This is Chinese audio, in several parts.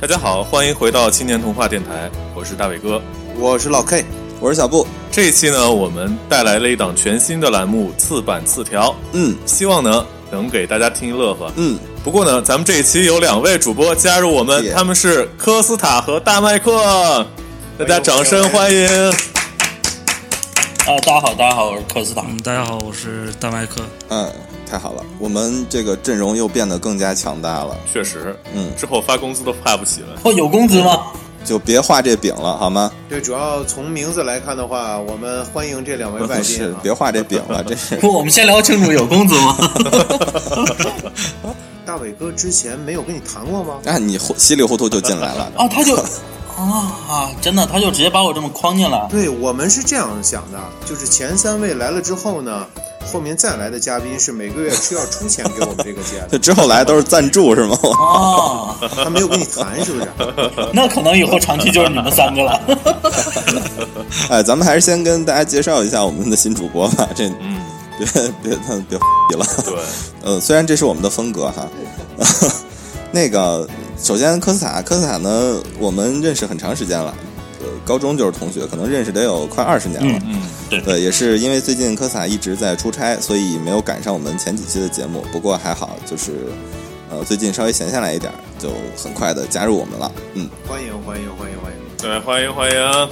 大家好，欢迎回到青年童话电台，我是大伟哥。我是老 K，我是小布。这一期呢，我们带来了一档全新的栏目《刺板刺条》，嗯希望呢能给大家听一乐呵。嗯，不过呢，咱们这一期有两位主播加入我们， Yeah 他们是科斯塔和大麦克，大家掌声欢迎。哎啊，大家好，大家好，我是克斯坦嗯，。大家好，我是大麦克。嗯，太好了，我们这个阵容又变得更加强大了。确实，嗯，之后发工资都发不起了。哦，有工资吗？就别画这饼了，好吗？对，主要从名字来看的话，我们欢迎这两位外宾是啊。 别画这饼了，这是不，我们先聊清楚，有工资 吗？大伟哥之前没有跟你谈过吗？那、哎你糊稀里糊涂就进来了。啊，他就啊啊，真的，他就直接把我这么框进来。对我们是这样想的，就是前三位来了之后呢，后面再来的嘉宾是每个月是要出钱给我们这个节这 目，之后来都是赞助是吗？啊，他没有跟你谈是不是？那可能以后长期就是你们三个了。哎，咱们还是先跟大家介绍一下我们的新主播吧。这嗯，别别别别了。对，呃，虽然这是我们的风格哈， 那个首先科斯塔，科斯塔呢，我们认识很长时间了，呃，高中就是同学，可能认识得有快二十年了。嗯， 对，也是因为最近科斯塔一直在出差，所以没有赶上我们前几期的节目。不过还好，就是呃，最近稍微闲下来一点儿，就很快的加入我们了。嗯，欢迎欢迎欢迎欢迎，对，欢迎欢迎。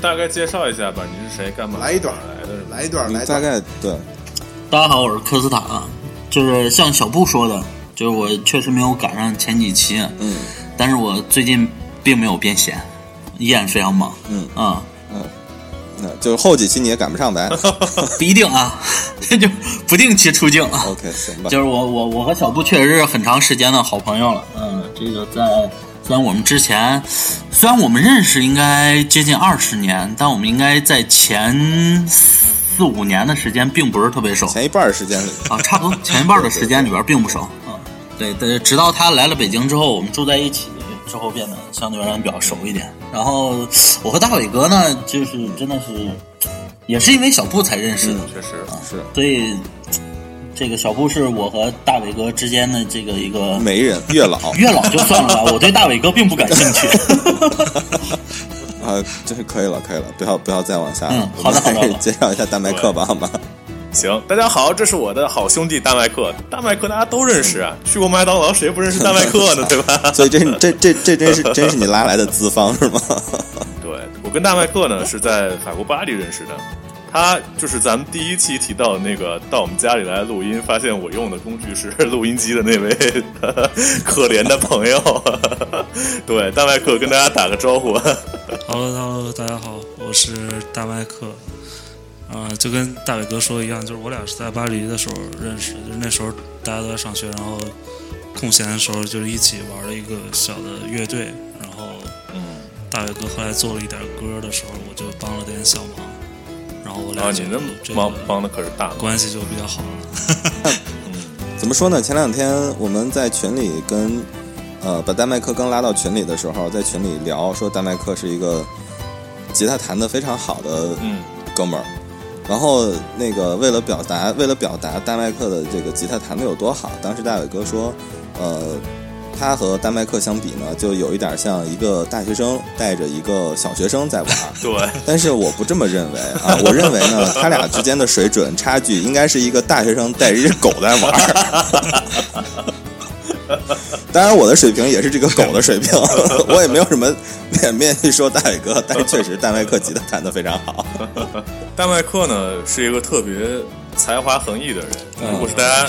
大概介绍一下吧，你是谁，干嘛来一段哪儿来的是吧？来一段来一嗯大段，概对，大家好，我是科斯塔。就是像小布说的，就是我确实没有赶上前几期，嗯但是我最近并没有变闲，依然非常忙。嗯啊、那就是后几期你也赶不 上呗。不一定啊， 这就不定期出镜。啊 OK，行吧就。是我我我和小布确实是很长时间的好朋友了。嗯，这个在虽然我们之前，虽然我们认识应该接近二十年，但我们应该在前四五年的时间并不是特别熟前一半儿时间里，啊，差不多前一半的时间里边并不熟。嗯，对对，直到他来了北京之后，我们住在一起。之后变得相对而言比较熟一点，然后我和大伟哥呢，就是真的是，也是因为小布才认识的，确实，嗯是所以这个小布是我和大伟哥之间的这个一个媒人月 老月老就算了吧，我对大伟哥并不感兴趣。啊，这是可以了，可以了，不要不要再往下了嗯。我好们的好的还是好的 介绍一下大麦克吧，好吗？行，大家好，这是我的好兄弟大麦克。大麦克大家都认识啊，去过麦当劳谁不认识大麦克呢？对吧？ 所以这这这这真是真是你拉来的资方是吗？对我跟大麦克呢是在法国巴黎认识的，他就是咱们第一期提到的那个到我们家里来录音，发现我用的工具是录音机的那位 可怜的朋友。 对，大麦克跟大家打个招呼。 h e l l o h e 大家好，我是大麦克。啊、就跟大伟哥说的一样，就是我俩是在巴黎的时候认识，就是那时候大家都在上学，然后空闲的时候就是一起玩了一个小的乐队，然后大伟哥后来做了一点歌的时候，我就帮了点小忙，然后我啊，俩 就你那这帮个帮的可是大忙。关系就比较好了。怎么说呢？前两天我们在群里跟呃把大麦克刚拉到群里的时候，在群里聊说大麦克是一个吉他弹得非常好的嗯，哥们儿，然后那个为了表达为了表达大麦克的这个吉他弹得有多好，当时大伟哥说，呃，他和大麦克相比呢，就有一点像一个大学生带着一个小学生在玩儿。对，但是我不这么认为啊， 我认为呢，他俩之间的水准差距应该是一个大学生带着一只狗在玩儿。 当然，我的水平也是这个狗的水平， 我也没有什么脸面去说大伟哥，但是确实大麦克吉他弹得非常好。大麦克呢是一个特别才华横溢的人，嗯如果是大家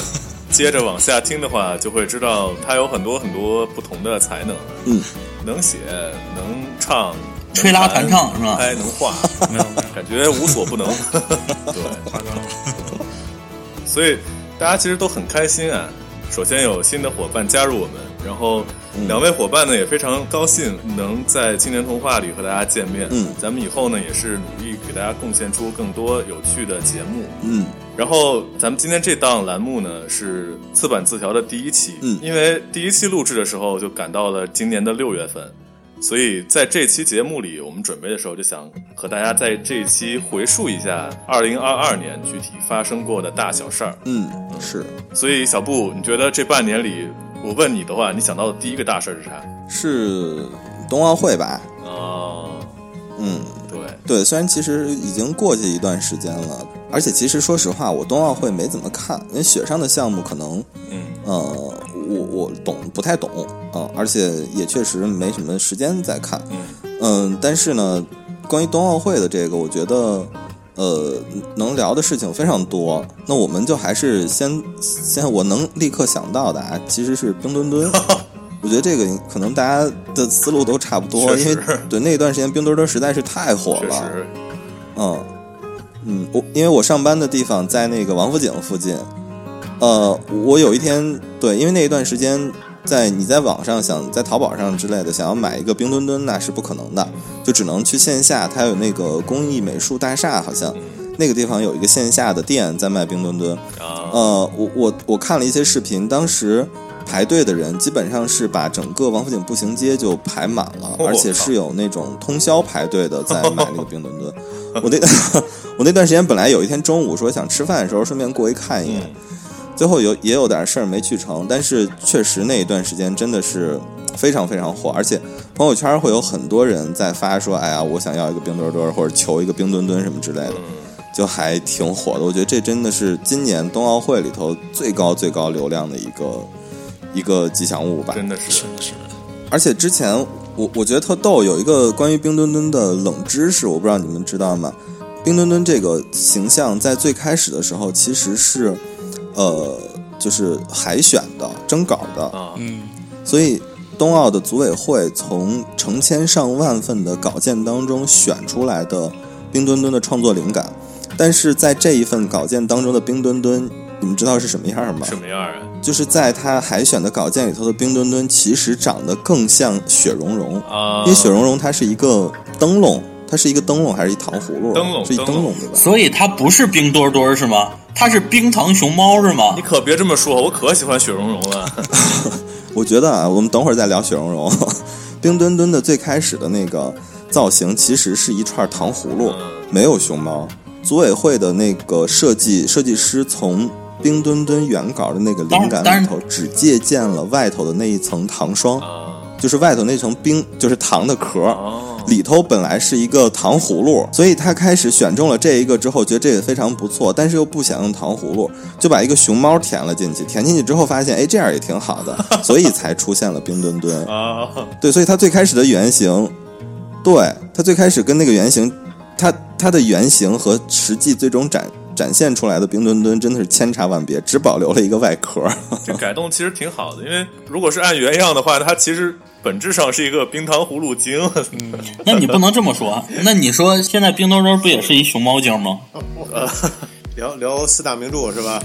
接着往下听的话，就会知道他有很多很多不同的才能，嗯，能写，能唱，能吹拉弹唱是吧哎，能画，没有没有，感觉无所不 能。对，夸张了。所以大家其实都很开心啊。首先有新的伙伴加入我们，然后嗯两位伙伴呢也非常高兴能在青年童话里和大家见面。嗯咱们以后呢也是努力给大家贡献出更多有趣的节目。嗯，然后咱们今天这档栏目呢是刺板字条的第一期，嗯因为第一期录制的时候就赶到了今年的六月份，所以在这期节目里，我们准备的时候就想和大家在这一期回述一下二零二二年具体发生过的大小事儿。嗯，是，所以小布，你觉得这半年里我问你的话，你想到的第一个大事儿是啥？是冬奥会吧？哦，嗯，对，对，虽然其实已经过去一段时间了，而且其实说实话，我冬奥会没怎么看，因为雪上的项目可能，嗯，呃，我我懂不太懂，嗯、而且也确实没什么时间在看，嗯嗯，但是呢，关于冬奥会的这个，我觉得，呃，能聊的事情非常多。那我们就还是先先我能立刻想到的啊，其实是冰 墩墩。我觉得这个可能大家的思路都差不多，确因实为对那段时间冰墩墩实在是太火确了。实，嗯嗯，我因为我上班的地方在那个王府井附近，呃，我有一天对，因为那一段时间在你在网上想在淘宝上之类的想要买一个冰墩墩那是不可能的，就只能去线下，它有那个工艺美术大厦，好像那个地方有一个线下的店在卖冰墩墩。啊，呃，我我我看了一些视频，当时排队的人基本上是把整个王府井步行街就排满了， 我而且靠是有那种通宵排队的在买那个冰墩 墩。我那 我那段时间本来有一天中午说想吃饭的时候顺便过去看一眼，嗯，最后有也有点事儿没去成，但是确实那一段时间真的是非常非常火，而且朋友圈会有很多人在发说，哎呀，我想要一个冰墩墩或者求一个冰墩墩什么之类的，嗯就还挺火的。我觉得这真的是今年冬奥会里头最高最高流量的一个一个吉祥物吧。真的是是，的，是的，而且之前我我觉得特逗，有一个关于冰墩墩的冷知识，我不知道你们知道吗？冰墩墩这个形象在最开始的时候其实是，呃，就是海选的征稿的，啊，嗯，所以冬奥的组委会从成千上万份的稿件当中选出来的冰墩墩的创作灵感，但是在这一份稿件当中的冰墩墩，你们知道是什么样吗？什么样啊？就是在他海选的稿件里头的冰墩墩，其实长得更像雪融融，啊，因为雪融融它是一个灯笼，它是一个灯笼还是一糖葫芦？灯笼是一灯灯笼笼对吧？所以它不是冰墩墩儿是吗？它是冰糖熊猫是吗你？可别这么说，我可喜欢雪融融了。我觉得啊，我们等会儿再聊雪融融。冰墩墩的最开始的那个造型其实是一串糖葫芦，嗯没有熊猫。组委会的那个设计设计师从冰墩墩原稿的那个灵当感然里头，只借鉴了外头的那一层糖霜，啊，就是外头那层冰，就是糖的壳。哦，里头本来是一个糖葫芦，所以他开始选中了这一个之后，觉得这个非常不错，但是又不想用糖葫芦，就把一个熊猫填了进去。填进去之后发现，哎，这样也挺好的，所以才出现了冰墩墩。啊，对，所以它最开始的原型，对，它最开始跟那个原型，它它的原型和实际最终展展现出来的冰墩墩真的是千差万别，只保留了一个外壳。 这改动其实挺好的，因为如果是按原样的话，它其实本质上是一个冰糖葫芦精。嗯那你不能这么说。那你说现在冰墩墩儿不也是一熊猫精吗？聊聊四大名著是吧？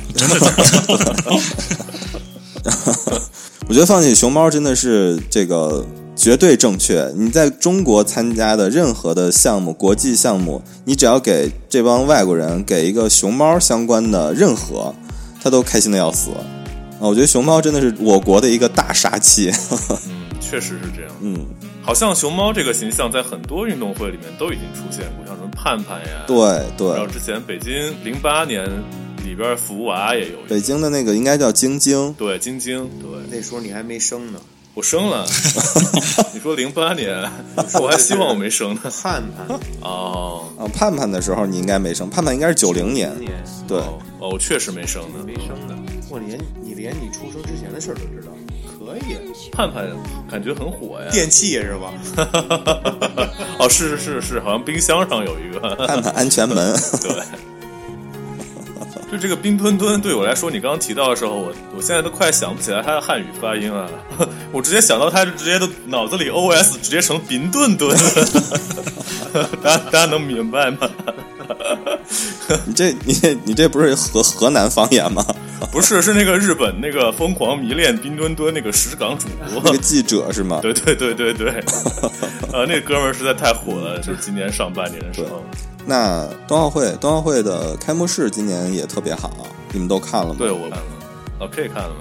我觉得放弃熊猫真的是这个绝对正确。你在中国参加的任何的项目，国际项目，你只要给这帮外国人给一个熊猫相关的任何，他都开心的要死。啊，我觉得熊猫真的是我国的一个大杀器。 嗯，确实是这样。嗯，好像熊猫这个形象在很多运动会里面都已经出现过，像什么盼盼呀，对然后对，之前北京零八年里边福娃也有一个，北京的那个应该叫晶晶，对晶晶，对那时候你还没生呢，我生 了，你说零八年，我还希望我没生呢。盼 盼哦啊，盼盼的时候你应该没生，盼盼应该是九零年，今年对，哦哦，我确实没生呢。没生呢，我连你连你出生之前的事儿都知道，可以。盼盼感觉很火呀，电器是吧？ 哦是是是是，好像冰箱上有一个，盼盼安全门， 对。 就这个冰墩墩对我来说，你刚刚提到的时候，我我现在都快想不起来它的汉语发音了， 我直接想到它就直接都脑子里 OS 直接成冰墩墩， 大家大家能明白吗？你这你这你这不是河河南方 言吗？不是，是那个日本那个疯狂迷恋冰墩墩那个石港主那播个，记者是吗？ 对对对对对，呃，那哥们儿实在太火 了，就是今年上半年的时候，那冬奥会，冬奥会的开幕式今年也特别好，你们都看了吗？对我看了，哦，K 看了吗？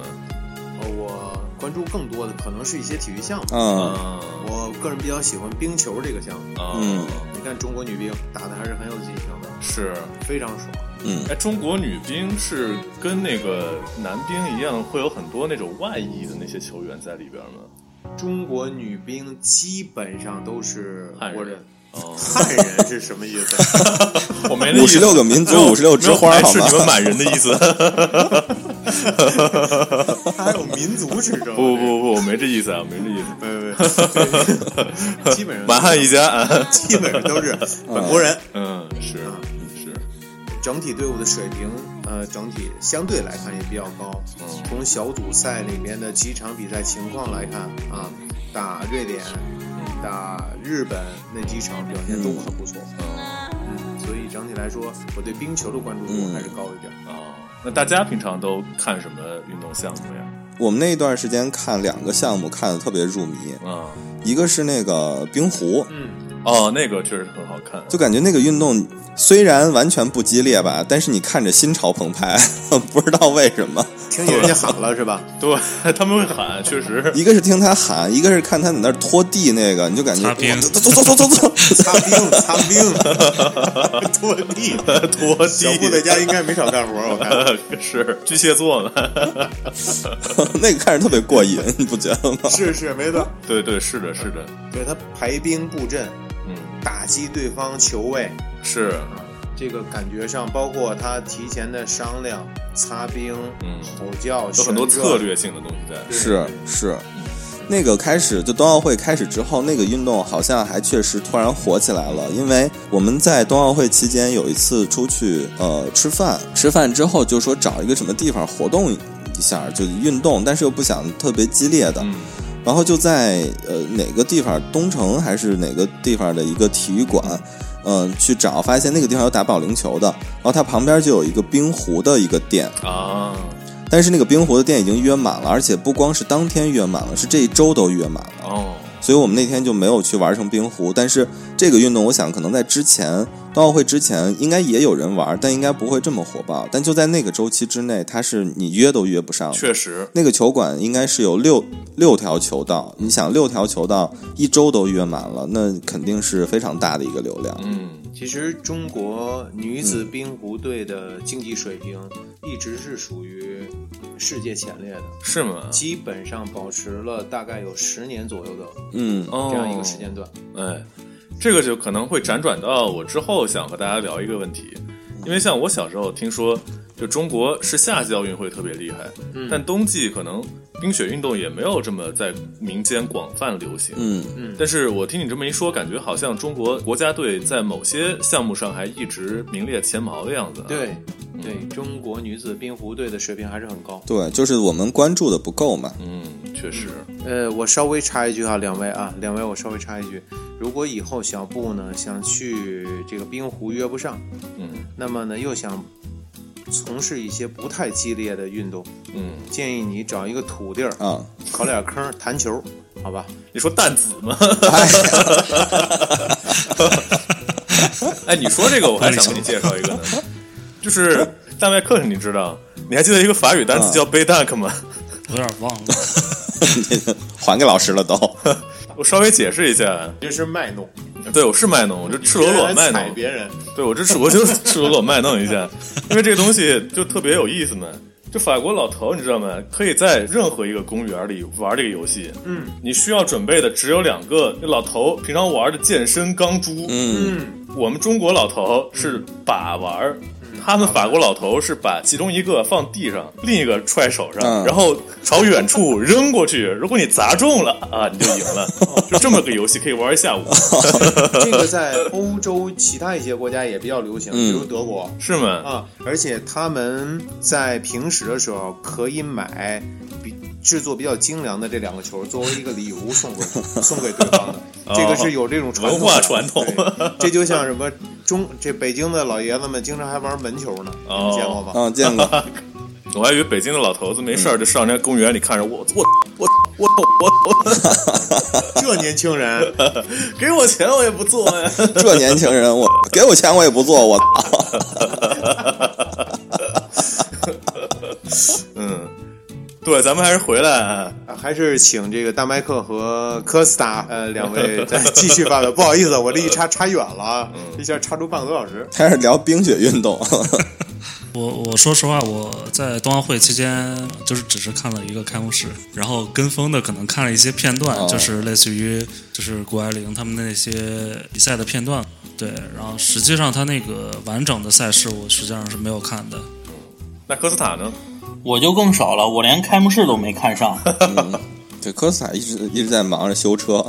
呃我关注更多的可能是一些体育项目。嗯，啊我个人比较喜欢冰球这个项目。啊，嗯你看中国女兵打的还是很有技巧的，是，非常爽。嗯，哎，中国女兵是跟那个男兵一样，会有很多那种外裔的那些球员在里边吗？中国女兵基本上都是汉人我认哦，汉人是什么意思？我嗯没那五十六个民族，五十六枝花，好是吗你？们满人的意思？ 还有民族之争？不不不不，我没这意思啊，我没这意思。没没没，基本上满汉一家啊，基本上都是本国人。嗯，是是，整体队伍的水平，呃，整体相对来看也比较高。从小组赛里面的几场比赛情况来看啊，打瑞典、打日本那几场表现都很不错。嗯，所以整体来说，我对冰球的关注度还是高一点。哦，那大家平常都看什么运动项目呀？我们那一段时间看两个项目，看的特别入迷，啊，一个是那个冰壶，嗯，哦，那个确实很好看，就感觉那个运动虽然完全不激烈吧，但是你看着心潮澎湃， 不知道为什么。听见人家喊了 是吧？对 他们会喊，确 实一个是听他喊，一个是看他在那儿拖地，那个你就感觉擦冰哇走走走走走走，擦冰，擦冰， 拖地。拖地。小布在家应该没少干活，我看。 是巨蟹座嘛？ 那个看着特别过瘾，你不觉得吗？是是，没错，对对，是的，是的，对他排兵布阵，嗯，打击对方球位，是，这个感觉上，包括他提前的商量、擦兵、嗯吼叫，有很多旋策转。略性的东西在。是是，那个开始就冬奥会开始之后，那个运动好像还确实突然火起来了。因为我们在冬奥会期间有一次出去呃吃饭，吃饭之后就说找一个什么地方活动一下，就运动，但是又不想特别激烈的。嗯然后就在呃哪个地方，东城还是哪个地方的一个体育馆，嗯、去找，发现那个地方有打保龄球的，然后它旁边就有一个冰壶的一个店，啊，但是那个冰壶的店已经约满了，而且不光是当天约满了，是这一周都约满了，哦，所以我们那天就没有去玩成冰壶。但是这个运动，我想可能在之前冬奥会之前应该也有人玩，但应该不会这么火爆。但就在那个周期之内，它是你约都约不上的。确实，那个球馆应该是有六六条球道，你想六条球道一周都约满了，那肯定是非常大的一个流量。嗯，其实中国女子冰壶队的竞技水平一直是属于世界前列的，是吗？基本上保持了大概有十年左右的嗯，哦，这样一个时间段。哎，这个就可能会辗转到我之后想和大家聊一个问题，因为像我小时候听说，就中国是夏季奥运会特别厉害，嗯但冬季可能冰雪运动也没有这么在民间广泛流行。嗯，嗯，但是我听你这么一说，感觉好像中国国家队在某些项目上还一直名列前茅的样子、啊。对对，中国女子冰壶队的水平还是很高。对，就是我们关注的不够嘛。嗯，确实，呃，我稍微插一句哈，两位啊，两位，我稍微插一句，如果以后小布呢想去这个冰壶约不上，嗯那么呢又想从事一些不太激烈的运动，嗯，建议你找一个土地儿，啊、 刨点坑弹球，好吧？你说弹子吗？哎呀， 哎，你说这个，我还想给你介绍一个呢， 就是蛋麦克，你知道？你还记得一个法语单词嗯叫 b a d u n k 吗？有点忘了。还给老师了都。我稍微解释一下，这是卖弄，对我是卖弄，我就赤裸裸卖弄，别人，对我这是我就赤裸裸卖弄一下，因为这个东西就特别有意思呢。就法国老头，你知道吗？可以在任何一个公园里玩这个游戏。嗯，你需要准备的只有两个。那老头平常玩的健身钢珠，嗯，嗯，我们中国老头是把玩儿，他们法国老头是把其中一个放地上，另一个揣手上，嗯然后朝远处扔过去。如果你砸中了啊，你就赢了。就这么个游戏可以玩一下午， 这个在欧洲其他一些国家也比较流嗯行，比如德国。是吗？啊，而且他们在平时的时候可以买比制作比较精良的这两个球，作为一个礼物送给 送给对方的。这个是有这种传统的哦文化传统对 这就像什么中这北京的老爷子们经常还玩门球呢，你哦们见 过吗？嗯，见过。我还以为北京的老头子没事儿就上人家公园里看着我，我我我我这年轻人，给我钱我也不做呀。这年轻人，我给我钱我也不做，我操！嗯，对，咱们还是回来啊。啊还是请这个大麦克和科斯达呃两 位再继续发表。不好意思，我这一插插远了啊，一下插出半个多小时。开始聊冰雪运动， 我我说实话，我在冬奥会期间就是只是看了一个开幕式，然后跟风的可能看了一些片段，哦就是类似于就是谷爱凌他们那些比赛的片段，对。然后实际上他那个完整的赛事我实际上是没有看的，那科斯塔呢？我就更少了，我连开幕式都没看上，嗯对，科斯塔一直一直在忙着修车，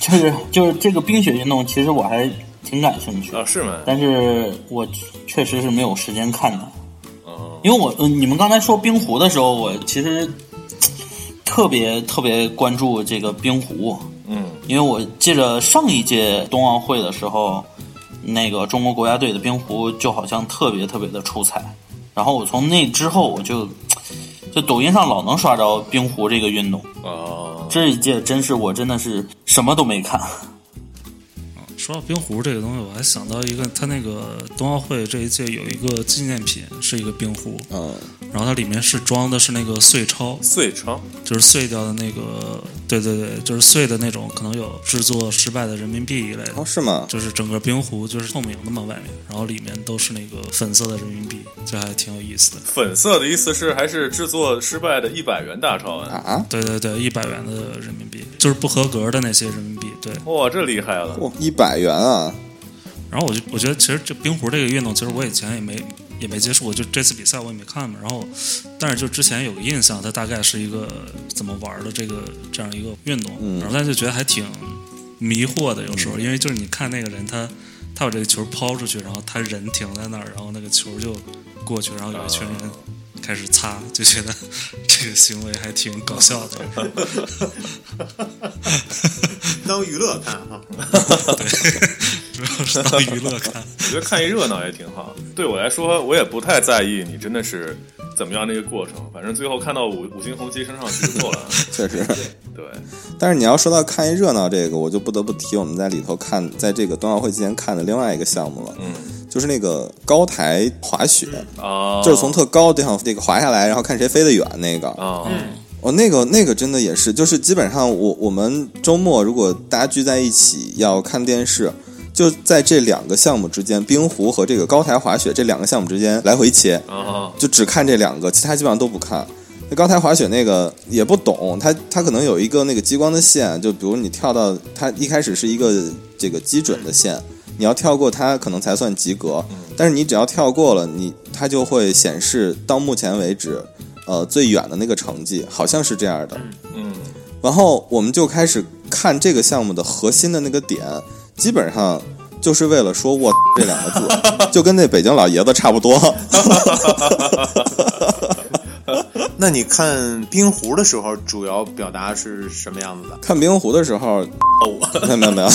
就是就是这个冰雪运动，其实我还挺感兴趣，啊，是吗？但是我确实是没有时间看的，哦，因为我呃你们刚才说冰壶的时候，我其实特别特别关注这个冰壶，嗯因为我记着上一届冬奥会的时候，那个中国国家队的冰壶就好像特别特别的出彩。然后我从那之后，我就就抖音上老能刷着冰壶这个运动。哦，这一届真是我真的是什么都没看。 说到冰壶这个东西，我还想到一个，他那个冬奥会这一届有一个纪念品是一个冰壶，嗯，然后它里面是装的是那个碎钞，碎超就是碎掉的那个，对对对，就是碎的那种，可能有制作失败的人民币一类的哦，，是吗？就是整个冰壶就是透明的嘛，外面，然后里面都是那个粉色的人民币，这还挺有意思的。粉色的意思是还是制作失败的一百元大钞啊？啊，对对对，一百元的人民币就是不合格的那些人民币，对。哇，这厉害了！哇，一百元啊！然后我就我觉得，其实这冰壶这个运动，其实我以前也没也没接触过，就这次比赛我也没看嘛。然后，但是就之前有个印象，它大概是一个怎么玩的这个这样一个运动，嗯然后但就觉得还挺迷惑的，有时候，因为就是你看那个人他他把这个球抛出去，然后他人停在那儿，然后那个球就过去，然后有一群人开始擦，就觉得这个行为还挺搞笑的。当娱乐看哈。主要是当娱乐看，我觉得看一热闹也挺好。对我来说，我也不太在意你真的是怎么样那个过程，反正最后看到五五星红旗升上去就够 了。确实，对，但是你要说到看一热闹这个，我就不得不提我们在里头看，在这个冬奥会期间看的另外一个项目了，嗯就是那个高台滑雪，啊， 就是从特高的地方那个滑下来，然后看谁飞得远那个。啊，哦，那个那个真的也是，就是基本上我我们周末如果大家聚在一起要看电视，就在这两个项目之间，冰壶和这个高台滑雪这两个项目之间来回切，啊就只看这两个，其他基本上都不看。那高台滑雪那个也不懂，它它可能有一个那个激光的线，就比如你跳到它一开始是一个这个基准的线，你要跳过它可能才算及格，但是你只要跳过了，你它就会显示到目前为止，呃最远的那个成绩，好像是这样的。嗯 然后我们就开始看这个项目的核心的那个点，基本上就是为了说“我这两个字，就跟那北京老爷子差不多。那你看冰壶的时候，主要表达是什么样子的？ 看冰壶的时候，没有没有没有，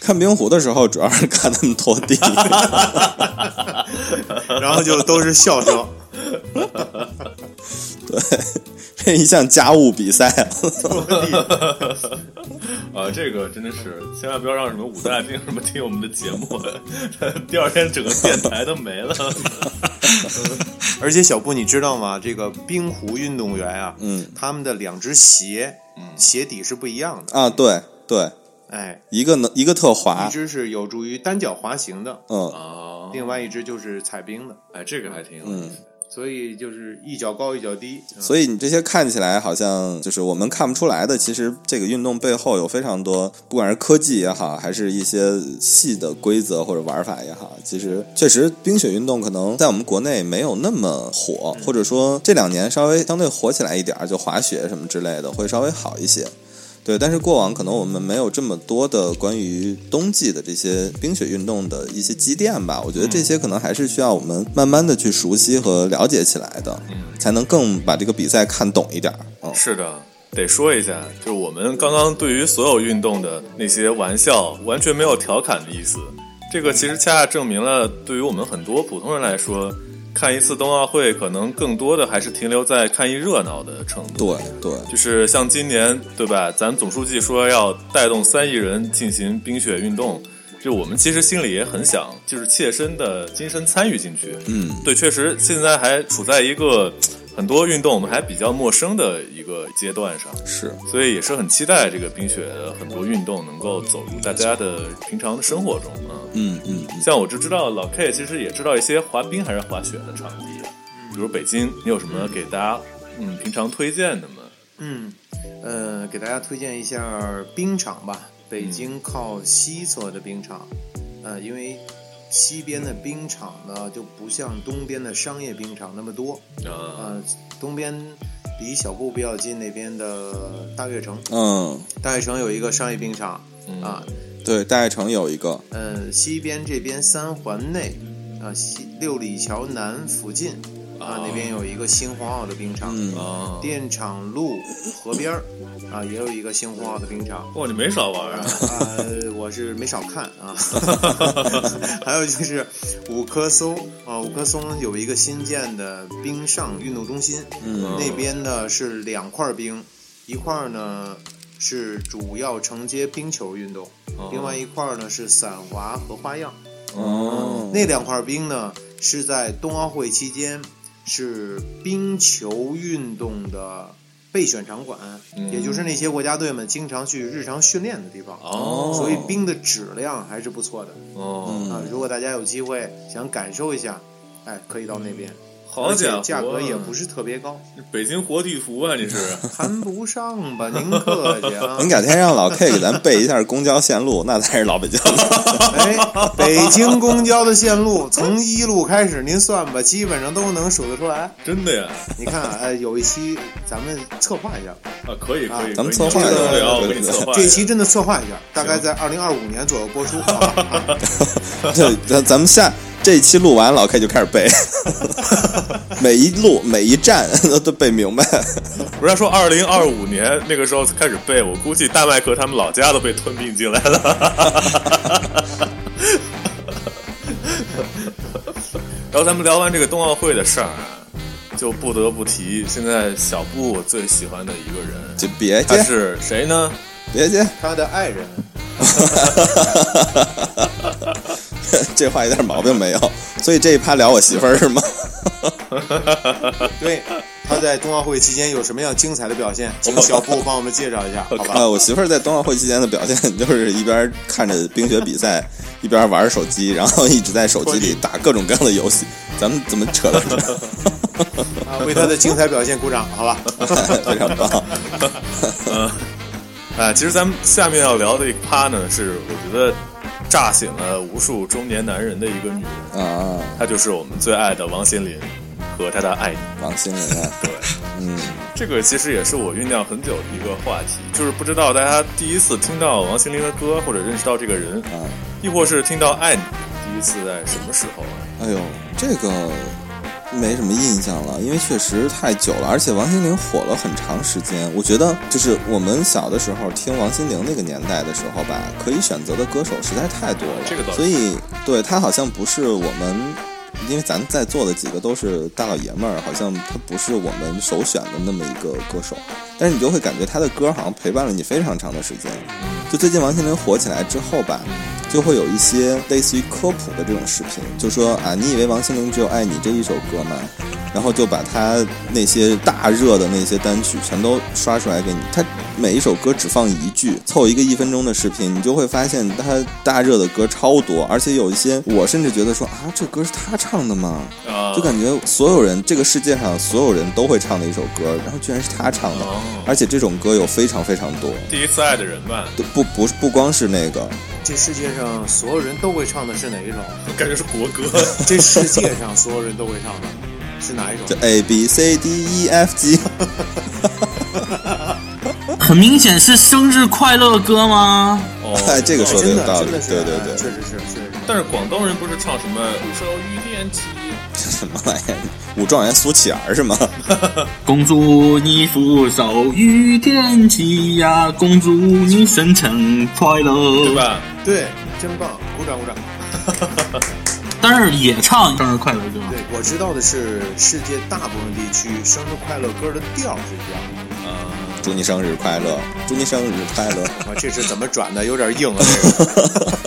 看冰壶的时候主要是看他们拖地，然后就都是笑声。这一项家务比赛啊。啊，这个真的是千万不要让什么武大靖什么听我们的节目， 第二天整个电台都没了。 而且小布，你知道吗？这个冰壶运动员啊，嗯他们的两只鞋，鞋底是不一样的。啊，对对，哎，一个能一个特一滑，只是有助于单脚滑行的，嗯，啊，另外一只就是踩冰的。哎，这个还挺有嗯意思的。所以就是一脚高一脚低。嗯所以你这些看起来好像就是我们看不出来的，其实这个运动背后有非常多，不管是科技也好，还是一些细的规则或者玩法也好，其实确实冰雪运动可能在我们国内没有那么火，或者说这两年稍微相对火起来一点儿，就滑雪什么之类的会稍微好一些。对，但是过往可能我们没有这么多的关于冬季的这些冰雪运动的一些积淀吧，我觉得这些可能还是需要我们慢慢的去熟悉和了解起来的，才能更把这个比赛看懂一点儿。嗯，是的，得说一下，就是我们刚刚对于所有运动的那些玩笑，完全没有调侃的意思。这个其实恰恰证明了，对于我们很多普通人来说，看一次冬奥会，可能更多的还是停留在看一热闹的程度。对对，就是像今年，对吧？咱总书记说要带动三亿人进行冰雪运动，就我们其实心里也很想，就是切身的亲身参与进去。嗯，对，确实现在还处在一个很多运动我们还比较陌生的一个阶段上，是所以也是很期待这个冰雪的很多运动能够走入大家的平常的生活中啊。嗯嗯嗯，像我就知道老 K 其实也知道一些滑冰还是滑雪的场地，啊比如北京，你有什么给大家嗯平常推荐的吗？嗯，呃，给大家推荐一下冰场吧，北京靠西侧的冰场，呃，因为西边的冰场呢就不像东边的商业冰场那么多，啊，呃，东边离小布比较近那边的大悦城，嗯，大悦城有一个商业冰场嗯啊，对，大悦城有一个，呃，西边这边三环内，啊、西六里桥南附近啊、哦那边有一个新皇后的冰场，嗯啊，电厂路河边儿啊、也有一个新皇后的冰场。哇，你没少玩啊 啊，呃我是没少看啊。 还有就是五棵松啊，五棵松有一个新建的冰上运动中心，嗯那边呢是两块冰，一块儿呢是主要承接冰球运动，哦另外一块儿呢是散滑和花样。嗯哦，那两块冰呢是在冬奥会期间是冰球运动的备选场馆，嗯也就是那些国家队们经常去日常训练的地方。哦，所以冰的质量还是不错的哦，啊、嗯如果大家有机会想感受一下，哎，可以到那边，嗯好而且家伙，价格也不是特别高，北京活地图啊，你 是谈不上吧？您客气 啊！您改天让老 K 给咱背一下公交线路，那才是老北京。哎，北京公交的线路从一路开始，您算吧，基本上都能数得出来。真的呀？ 你看，哎，有一期咱们策划一下，啊，可以可以啊可以，咱们策划你一下聊聊，我给你对对对策划一下。这一期真的策划一下，大概在二零二五年左右播出。好吧啊 对，咱咱们下这一期录完，老 K 就开始背， 每一路每一站 都都背明白。不是他说二零二五年那个时候开始背，我估计大麦克他们老家都被吞并进来了。然后咱们聊完这个冬奥会的事儿啊，就不得不提现在小布我最喜欢的一个人，就别他接，是谁呢？别接， 他的爱人，这话一点毛病没有。所以这一趴聊我媳妇儿是吗？对，他在冬奥会期间有什么样精彩的表 现，请小布帮我们介绍一下，好吧？啊，我媳妇儿在冬奥会期间的表现 就是一边看着冰雪比赛，一边玩手机，然后一直在手机里打各种各样的游戏。咱们怎么扯到这儿？ 啊，为他的精彩表现鼓掌，好吧？ 非常棒。啊，其实咱们下面要聊的一趴呢，是我觉得炸醒了无数中年男人的一个女人，啊，她就是我们最爱的王心凌和她的爱你。王心凌啊，对。嗯，这个其实也是我酝酿很久的一个话题，就是不知道大家第一次听到王心凌的歌，或者认识到这个人，啊，亦或是听到《爱你》第一次在什么时候啊？哎呦，这个没什么印象了，因为确实太久了，而且王心凌火了很长时间。我觉得就是我们小的时候听王心凌那个年代的时候吧，可以选择的歌手实在太多了，这个倒是所以对她好像不是我们。因为咱在座的几个都是大老爷们儿，好像她不是我们首选的那么一个歌手，但是你就会感觉她的歌好像陪伴了你非常长的时间。就最近王心凌火起来之后吧，嗯就会有一些类似于科普的这种视频，就说啊，你以为王心凌只有《爱你》这一首歌吗？然后就把她那些大热的那些单曲全都刷出来给你，她每一首歌只放一句，凑一个一分钟的视频，你就会发现她大热的歌超多，而且有一些我甚至觉得说啊，这歌是她唱的吗？啊就感觉所有人这个世界上所有人都会唱的一首歌，然后居然是她唱的，哦，而且这种歌有非常非常多。第一次爱的人吧，对不不不光是那个，这世界上所有人都会唱的是哪一 首？感觉是国歌。这世界上所有人都会唱的是哪一就首？ A B C D E F G， 很明显是生日快乐歌吗？哎哦，这个说的真有的道理真的，是，对对哎确对，实是，确实是。但是广东人不是唱什么“五首遇见起这什么玩意儿？武状元苏乞儿是吗？公主你俯首于天际呀，公主你深沉快”，对乐。吧？对，真棒，鼓掌鼓掌。但是也唱生日快乐歌。对我知道的是，世界大部分地区生日快乐歌的调是一样的。啊，祝你生日快乐，祝你生日快乐。啊 我这是怎么转的？有点硬啊，这个。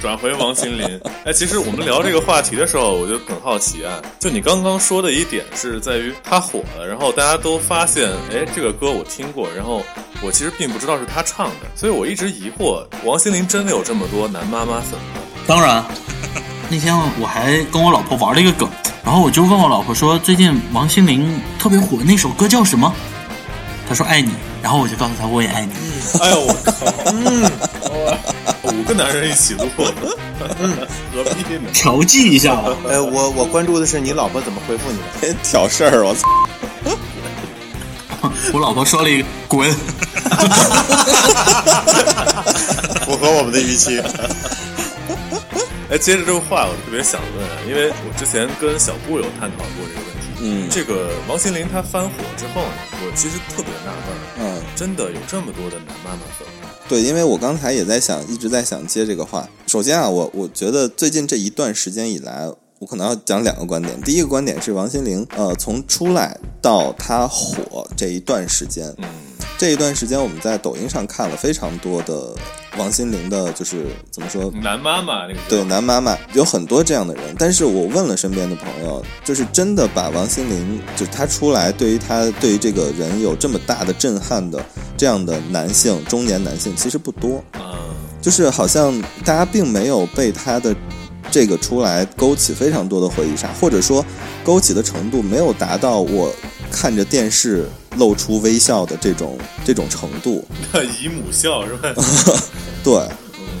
转回王心凌。哎，其实我们聊这个话题的时候，我就很好奇啊，就你刚刚说的一点是在于她火了，然后大家都发现，哎，这个歌我听过，然后我其实并不知道是她唱的，所以我一直疑惑，王心凌真的有这么多男妈妈粉吗？当然，那天我还跟我老婆玩了一个梗，然后我就问我老婆说，最近王心凌特别火，那首歌叫什么？她说爱你，然后我就告诉她我也爱你。 哎呦，我靠，嗯，五个男人一起录，嗯何必呢？ 调剂一下吧。呃，我我关注的是你老婆怎么回复你的。挑事儿，我操！我老婆说了一个滚，符合我们的预期。哎，接着这个话，我特别想问啊，因为我之前跟小布有探讨过这个问题。嗯这个王心凌她翻火之后呢，我其实特别纳闷，嗯，真的有这么多的男妈妈粉吗？对，因为我刚才也在想，一直在想接这个话。首先啊，我我觉得最近这一段时间以来，我可能要讲两个观点。第一个观点是王心凌，呃，从出来到她火这一段时间，嗯，这一段时间我们在抖音上看了非常多的王心凌的，就是怎么说，男妈妈那个对男妈妈有很多这样的人，但是我问了身边的朋友，就是真的把王心凌，就是她出来对于她对于这个人有这么大的震撼的这样的男性中年男性其实不多，嗯就是好像大家并没有被她的这个出来勾起非常多的回忆杀，或者说勾起的程度没有达到我看着电视露出微笑的这种这种程度，姨母笑是吧？对，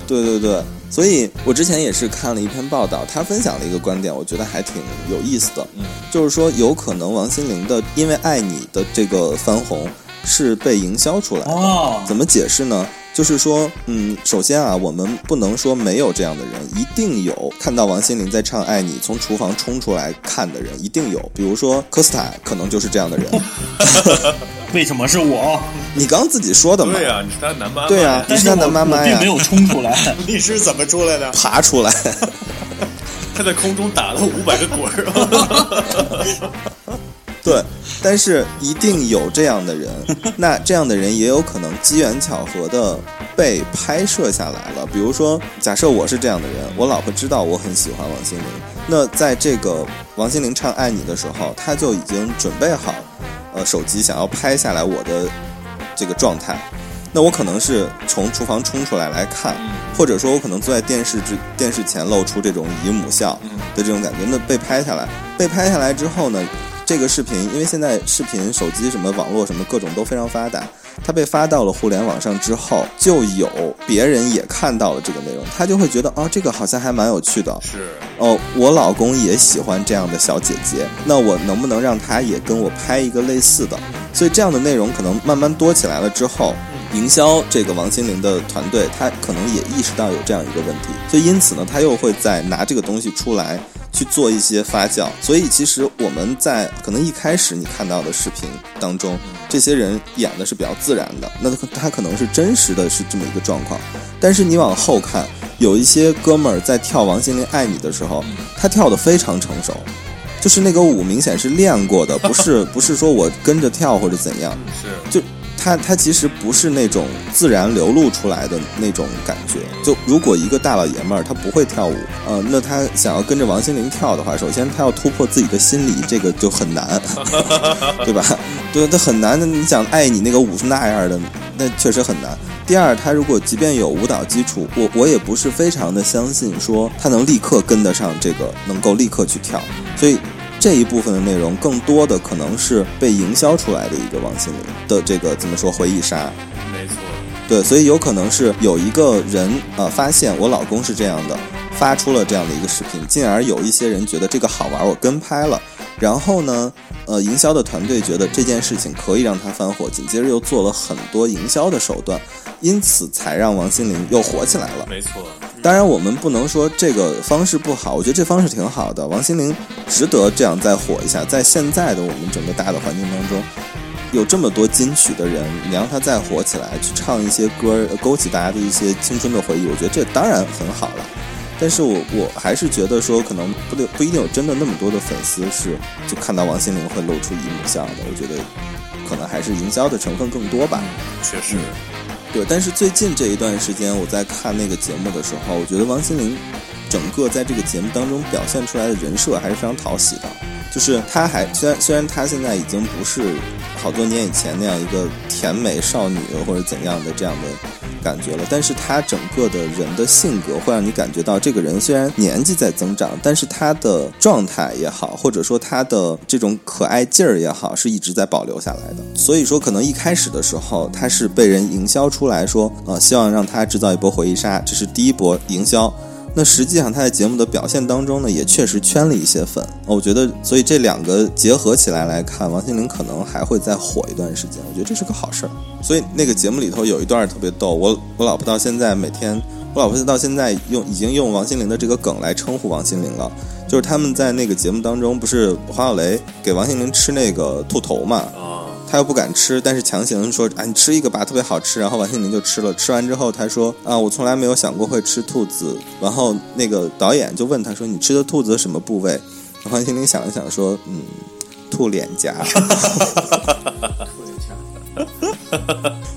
对对对，所以我之前也是看了一篇报道，他分享了一个观点，我觉得还挺有意思的，嗯就是说有可能王心凌的《因为爱你》的这个翻红是被营销出来的。哦怎么解释呢？就是说，嗯，首先啊，我们不能说没有这样的人，一定有看到王心凌在唱《爱你》，从厨房冲出来看的人，一定有。比如说科斯塔，可能就是这样的人。为什么是我？你刚自己说的嘛，对呀、你是她男妈妈，对啊呀但你是是他我的妈妈我呀并没有冲出来。 你是怎么出来的？爬出来。她在空中打了五百个滚儿，啊对，但是一定有这样的人，那这样的人也有可能机缘巧合的被拍摄下来了。比如说，假设我是这样的人，我老婆知道我很喜欢王心凌，那在这个王心凌唱《爱你》的时候，她就已经准备好，呃，手机想要拍下来我的这个状态。那我可能是从厨房冲出来来看，或者说我可能坐在电视之电视前露出这种姨母笑的这种感觉，那被拍下来，被拍下来之后呢，这个视频，因为现在视频、手机什么网络什么各种都非常发达，它被发到了互联网上之后，就有别人也看到了这个内容，他就会觉得哦，这个好像还蛮有趣的，是哦，我老公也喜欢这样的小姐姐，那我能不能让他也跟我拍一个类似的？所以这样的内容可能慢慢多起来了之后，营销这个王心凌的团队，他可能也意识到有这样一个问题，所以因此呢，他又会再拿这个东西出来去做一些发酵。所以其实我们在可能一开始你看到的视频当中，这些人演的是比较自然的，那他他可能是真实的是这么一个状况，但是你往后看。有一些哥们儿在跳王心凌《爱你》的时候，他跳的非常成熟，就是那个舞明显是练过的，不是不是说我跟着跳或者怎样，是，就他他其实不是那种自然流露出来的那种感觉。就如果一个大老爷们儿他不会跳舞，呃，那他想要跟着王心凌跳的话，首先他要突破自己的心理，这个就很难， 对吧？对，他很难。你想爱你那个舞是那样的，那确实很难。第二，他如果即便有舞蹈基础，我我也不是非常的相信说他能立刻跟得上这个，能够立刻去跳。所以这一部分的内容，更多的可能是被营销出来的一个王心凌的这个怎么说回忆杀。没错，对，所以有可能是有一个人呃发现我老公是这样的，发出了这样的一个视频，进而有一些人觉得这个好玩，我跟拍了。然后呢，呃，营销的团队觉得这件事情可以让他翻火，紧接着又做了很多营销的手段，因此才让王心凌又火起来了。没错，当然，我们不能说这个方式不好，我觉得这方式挺好的。王心凌值得这样再火一下，在现在的我们整个大的环境当中，有这么多金曲的人，你让她再火起来，去唱一些歌，呃勾起大家的一些青春的回忆，我觉得这当然很好了。但是我我还是觉得说，可能不对，不一定有真的那么多的粉丝是就看到王心凌会露出姨母笑的，我觉得可能还是营销的成分更多吧。确实。对，但是最近这一段时间，我在看那个节目的时候，我觉得王心凌整个在这个节目当中表现出来的人设还是非常讨喜的。就是她还虽然虽然她现在已经不是好多年以前那样一个甜美少女或者怎样的这样的感觉了，但是她整个的人的性格会让你感觉到，这个人虽然年纪在增长，但是她的状态也好，或者说她的这种可爱劲儿也好，是一直在保留下来的。所以说，可能一开始的时候，她是被人营销出来说，呃，希望让她制造一波回忆杀，这是第一波营销。那实际上他在节目的表现当中呢，也确实圈了一些粉。哦我觉得，所以这两个结合起来来看，王心凌可能还会再火一段时间。我觉得这是个好事儿。所以那个节目里头有一段特别逗，我我老婆到现在每天，我老婆到现在用已经用王心凌的这个梗来称呼王心凌了。就是他们在那个节目当中，不是黄小雷给王心凌吃那个兔头嘛，啊，他又不敢吃，但是强行说啊，你吃一个吧，特别好吃。然后王心凌就吃了，吃完之后他说啊，我从来没有想过会吃兔子。然后那个导演就问他说，你吃的兔子什么部位？然后王心凌想了想说，嗯，兔脸颊。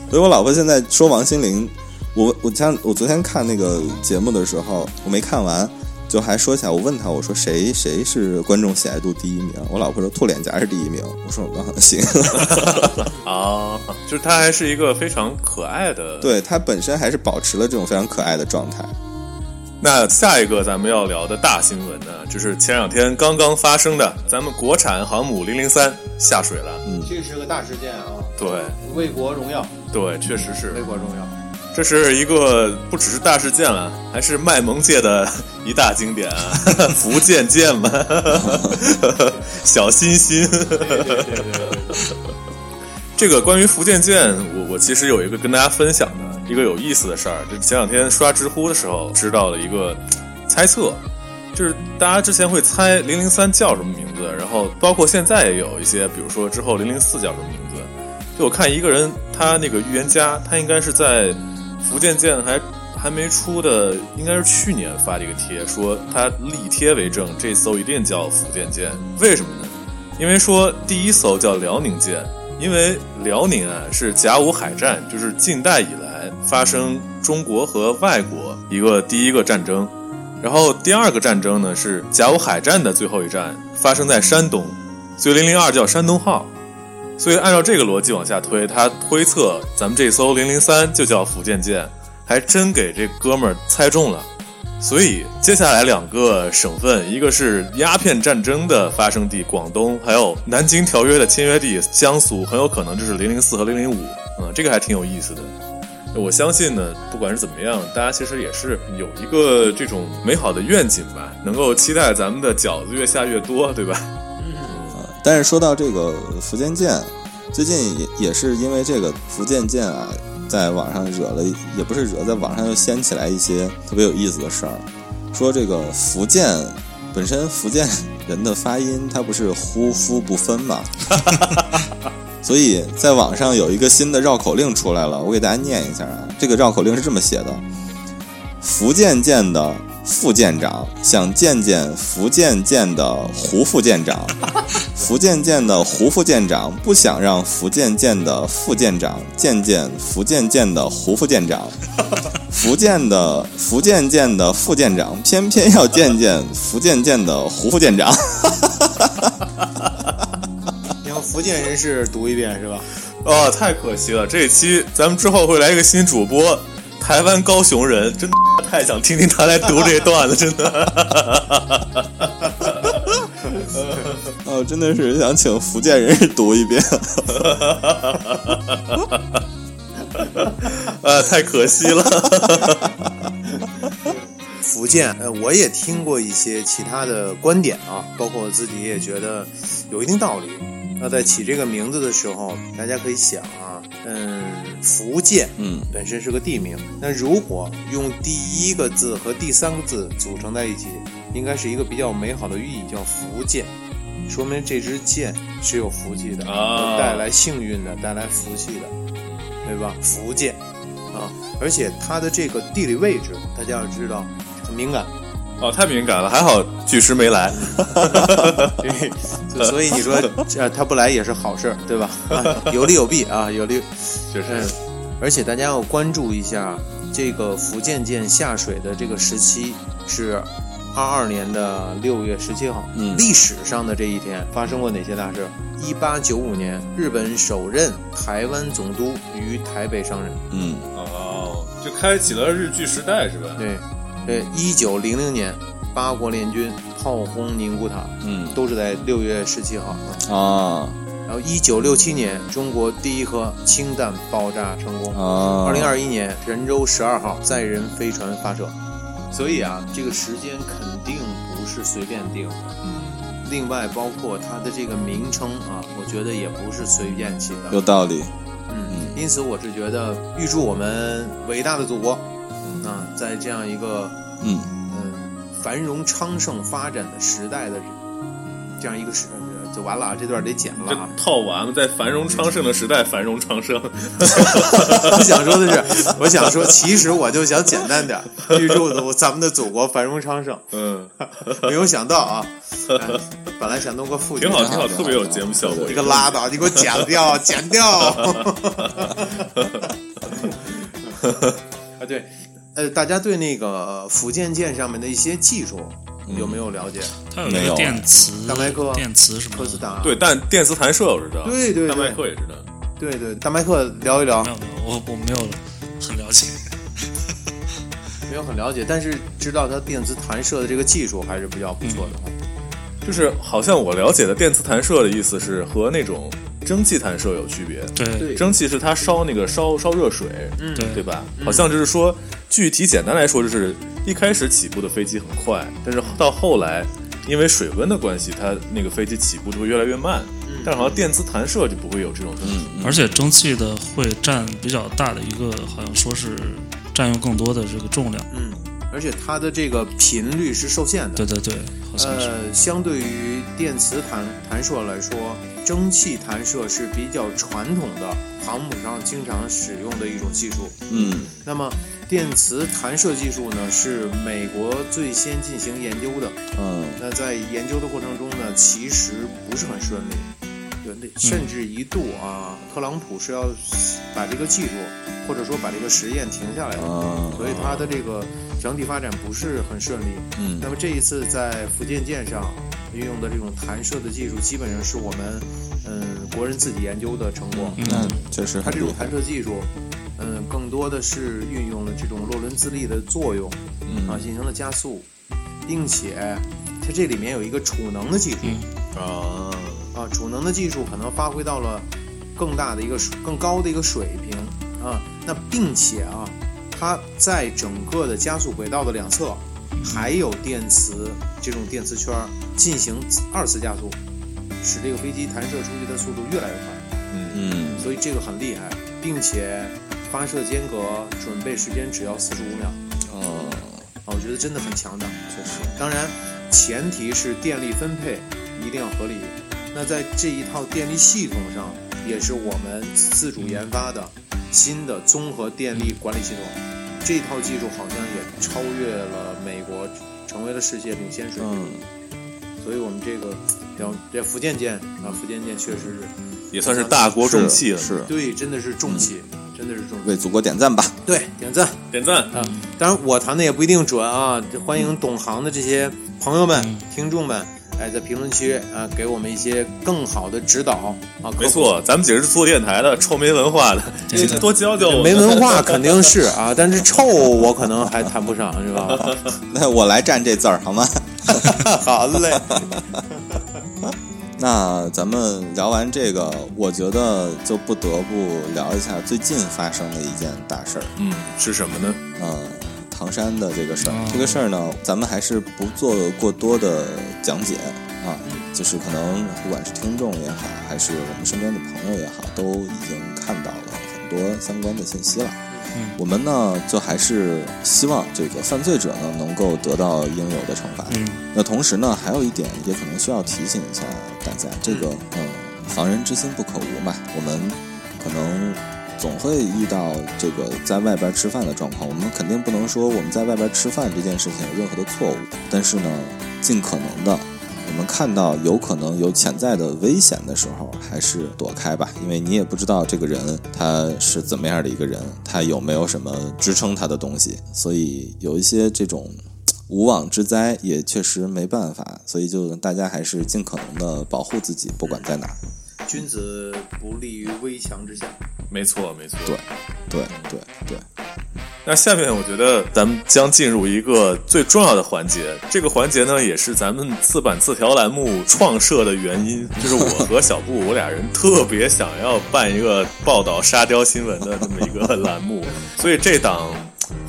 所以我老婆现在说王心凌，我我前我昨天看那个节目的时候，我没看完。就还说起来，我问他，我说谁谁是观众喜爱度第一名？我老婆说兔脸颊是第一名。我说啊行，啊，就是她还是一个非常可爱的。，对他本身还是保持了这种非常可爱的状态。那下一个咱们要聊的大新闻呢，就是前两天刚刚发生的，咱们国产航母零零三下水了。这是个大事件啊，对为国荣耀，对，确实是为国荣耀。这是一个不只是大事件了，还是卖萌界的一大经典啊！ 福建舰嘛， 小心心。这个关于福建舰，我我其实有一个跟大家分享的一个有意思的事儿，就是前两天刷知乎的时候知道了一个猜测，就是大家之前会猜零零三叫什么名字，然后包括现在也有一些，比如说之后零零四叫什么名字。就我看一个人，他那个预言家，他应该是在福建舰还还没出的，应该是去年发的一个贴，说他力贴为证，这艘一定叫福建舰。为什么呢？因为说第一艘叫辽宁舰，因为辽宁啊是甲午海战，就是近代以来发生中国和外国一个第一个战争。然后第二个战争呢是甲午海战的最后一战，发生在山东，所以零零二叫山东号。所以按照这个逻辑往下推，他推测咱们这艘零零三就叫福建舰，还真给这哥们儿猜中了。所以接下来两个省份，一个是鸦片战争的发生地广东，还有南京条约的签约地江苏，很有可能就是零零四和零零五。嗯，这个还挺有意思的。我相信呢，不管是怎么样，大家其实也是有一个这种美好的愿景吧，能够期待咱们的饺子越下越多，对吧？ 但是说到这个福建舰，最近也也是因为这个福建舰啊，在网上惹了，也不是惹，在网上又掀起来一些特别有意思的事儿。说这个福建本身福建人的发音，它不是呼夫不分嘛， 所以在网上有一个新的绕口令出来了，我给大家念一下啊。这个绕口令是这么写的：福建舰的副舰长想见见福建舰的胡副舰长。福建舰的胡副舰长不想让福建舰的副舰长见见福建舰的胡副舰长，福建的福建舰的副舰长偏偏要见见福建舰的胡副舰长。让福建人士读一遍是吧？哦，太可惜了！这一期咱们之后会来一个新主播，台湾高雄人，真的太想听听他来读这段了，真的。 哦，真的是想请福建人读一遍。呃，太可惜了。福建，呃，我也听过一些其他的观点啊，包括我自己也觉得有一定道理。那在起这个名字的时候，大家可以想啊，嗯，福建嗯，本身是个地名，那如果用第一个字和第三个字组成在一起，应该是一个比较美好的寓意，叫福建，说明这支箭是有福气的，啊带来幸运的，带来福气的，对吧？福建啊，而且它的这个地理位置，大家要知道很敏感，哦，太敏感了，还好巨石没来。所以你呃 说这他不来也是好事儿，对吧？啊有利有弊啊，有利。确实嗯，而且大家要关注一下这个福建舰下水的这个时期是二二年的六月十七号。嗯历史上的这一天发生过哪些大事？一八九五年，日本首任台湾总督于台北上任。嗯，哦，就开启了日剧时代是吧？对，对，一九零零年，八国联军炮轰宁古塔，嗯都是在六月十七号啊。啊然后一九六七年，中国第一颗氢弹爆炸成功。啊，二零二一年，神舟十二号载人飞船发射。所以啊，这个时间肯定不是随便定的。嗯另外，包括它的这个名称啊，我觉得也不是随便起有的。道理，嗯，因此我是觉得，预祝我们伟大的祖国，啊，在这样一个嗯嗯繁荣昌盛发展的时代的这样一个时，就完了，啊，这段得剪了这啊。套娃们在繁荣昌盛的时代繁荣昌盛， 我想说的是，我想说，其实我就想简单点儿，预祝我咱们的祖国繁荣昌盛。嗯，没有想到啊，哎本来想弄个副挺好， 挺好，挺好特别有节目效果你。个拉倒，你给我剪掉，剪掉。 啊，对，呃，大家对那个福建舰上面的一些技术嗯有没有了解？它有没一有个啊电磁大麦克电磁什么科斯的。达，对，但电磁弹射我知道，对对大麦对克也知道。对对，大麦克聊一聊没，有没有，我我没有很了解。没有很了解，但是知道它电磁弹射的这个技术还是比较不错的。嗯就是好像我了解的电磁弹射的意思是和那种蒸汽弹射有区别。对对蒸汽是它烧那个烧烧热水，嗯对对吧？好像就是说，具体简单来说，就是一开始起步的飞机很快，但是到后来，因为水温的关系，它那个飞机起步就会越来越慢。嗯但是好像电磁弹射就不会有这种东西。嗯而且蒸汽的会占比较大的一个，好像说是占用更多的这个重量。嗯，而且它的这个频率是受限的。对对对，好像是。呃，相对于电磁弹弹射来说，蒸汽弹射是比较传统的航母上经常使用的一种技术。嗯那么，电磁弹射技术呢是美国最先进行研究的。嗯那在研究的过程中呢，其实不是很顺利，对，那甚至一度啊，特朗普是要把这个技术或者说把这个实验停下来的。啊所以它的这个整体发展不是很顺利。嗯那么这一次在福建舰上运用的这种弹射的技术，基本上是我们嗯国人自己研究的成果。那确实它很这厉种害弹，射技术，嗯，更多的是运用了这种洛伦兹力的作用啊，嗯进行了加速，并且它这里面有一个储能的技术嗯啊，啊，储能的技术可能发挥到了更大的一个水更高的一个水平啊。那并且啊，它在整个的加速轨道的两侧嗯还有电磁这种电磁圈儿进行二次加速，使这个飞机弹射出去的速度越来越快，嗯所以这个很厉害，并且发射间隔准备时间只要四十五秒哦，啊，我觉得真的很强大。确实当然，前提是电力分配一定要合理。那在这一套电力系统上，也是我们自主研发的新的综合电力管理系统。这套技术好像也超越了美国，成为了世界领先水平。嗯所以我们这个，要这福建舰啊，福建舰确实是也算是大国重器了。是对，真的是重器，真的是重器。嗯为祖国点赞吧，对，点赞。点赞，啊，当然我谈的也不一定准啊，这欢迎懂行的这些朋友们、听众们，哎，在评论区啊给我们一些更好的指导啊。没错，咱们几个是做电台的，臭没文 化的，你多教教科我普，们。没文化肯定是 啊，但是臭我可能还谈不上，是吧？那我来占这字儿好吗？ 好嘞， 那咱们聊完这个，我觉得就不得不聊一下最近发生的一件大事儿，嗯，是什么呢？嗯，唐山的这个事儿。哦这个事儿呢，咱们还是不做过多的讲解啊，就是可能不管是听众也好，还是我们身边的朋友也好，都已经看到了很多相关的信息了。嗯我们呢，就还是希望这个犯罪者呢能够得到应有的惩罚。嗯，那同时呢，还有一点也可能需要提醒一下大家，这个嗯，防人之心不可无嘛。我们可能总会遇到这个在外边吃饭的状况，我们肯定不能说我们在外边吃饭这件事情有任何的错误，但是呢，尽可能的。们看到有可能有潜在的危险的时候，还是躲开吧，因为你也不知道这个人他是怎么样的一个人，他有没有什么支撑他的东西，所以有一些这种无妄之灾也确实没办法，所以就大家还是尽可能的保护自己，不管在哪儿。 君子不立于危墙之下。没错，没错。对，对，对，对。那下面我觉得咱们将进入一个最重要的环节，这个环节呢也是咱们自板字条栏目创设的原因，就是我和小布我俩人特别想要办一个报道沙雕新闻的这么一个栏目，所以这档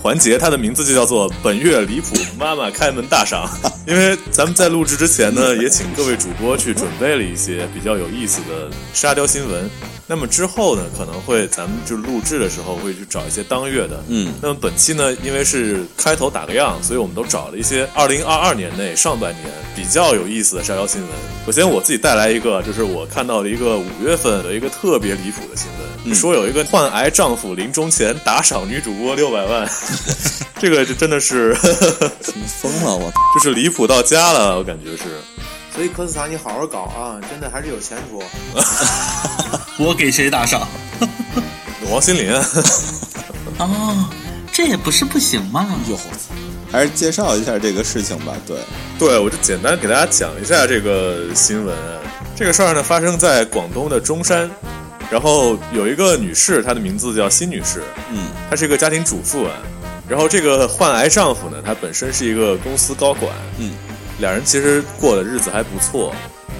环节它的名字就叫做“本月离谱妈妈开门大赏”，因为咱们在录制之前呢，也请各位主播去准备了一些比较有意思的沙雕新闻。那么之后呢，可能会咱们就录制的时候会去找一些当月的，嗯那么本期呢，因为是开头打个样，所以我们都找了一些二零二二年内上半年比较有意思的沙雕新闻。首先我自己带来一个，就是我看到了一个五月份的一个特别离谱的新闻，说有一个患癌丈夫临终前打赏女主播六百万，这个就真的是 你嗯疯了我！就是离谱到家了，我感觉是。 所以科斯塔，你好好搞啊，真的还是有前途。 我给谁打赏王心凌，啊？这也不是不行嘛。哟，还是介绍一下这个事情吧。对，对，我就简单给大家讲一下这个新闻。这个事儿呢，发生在广东的中山，然后有一个女士，她的名字叫辛女士，嗯她是一个家庭主妇啊。然后这个患癌丈夫呢，他本身是一个公司高管，嗯，两人其实过的日子还不错，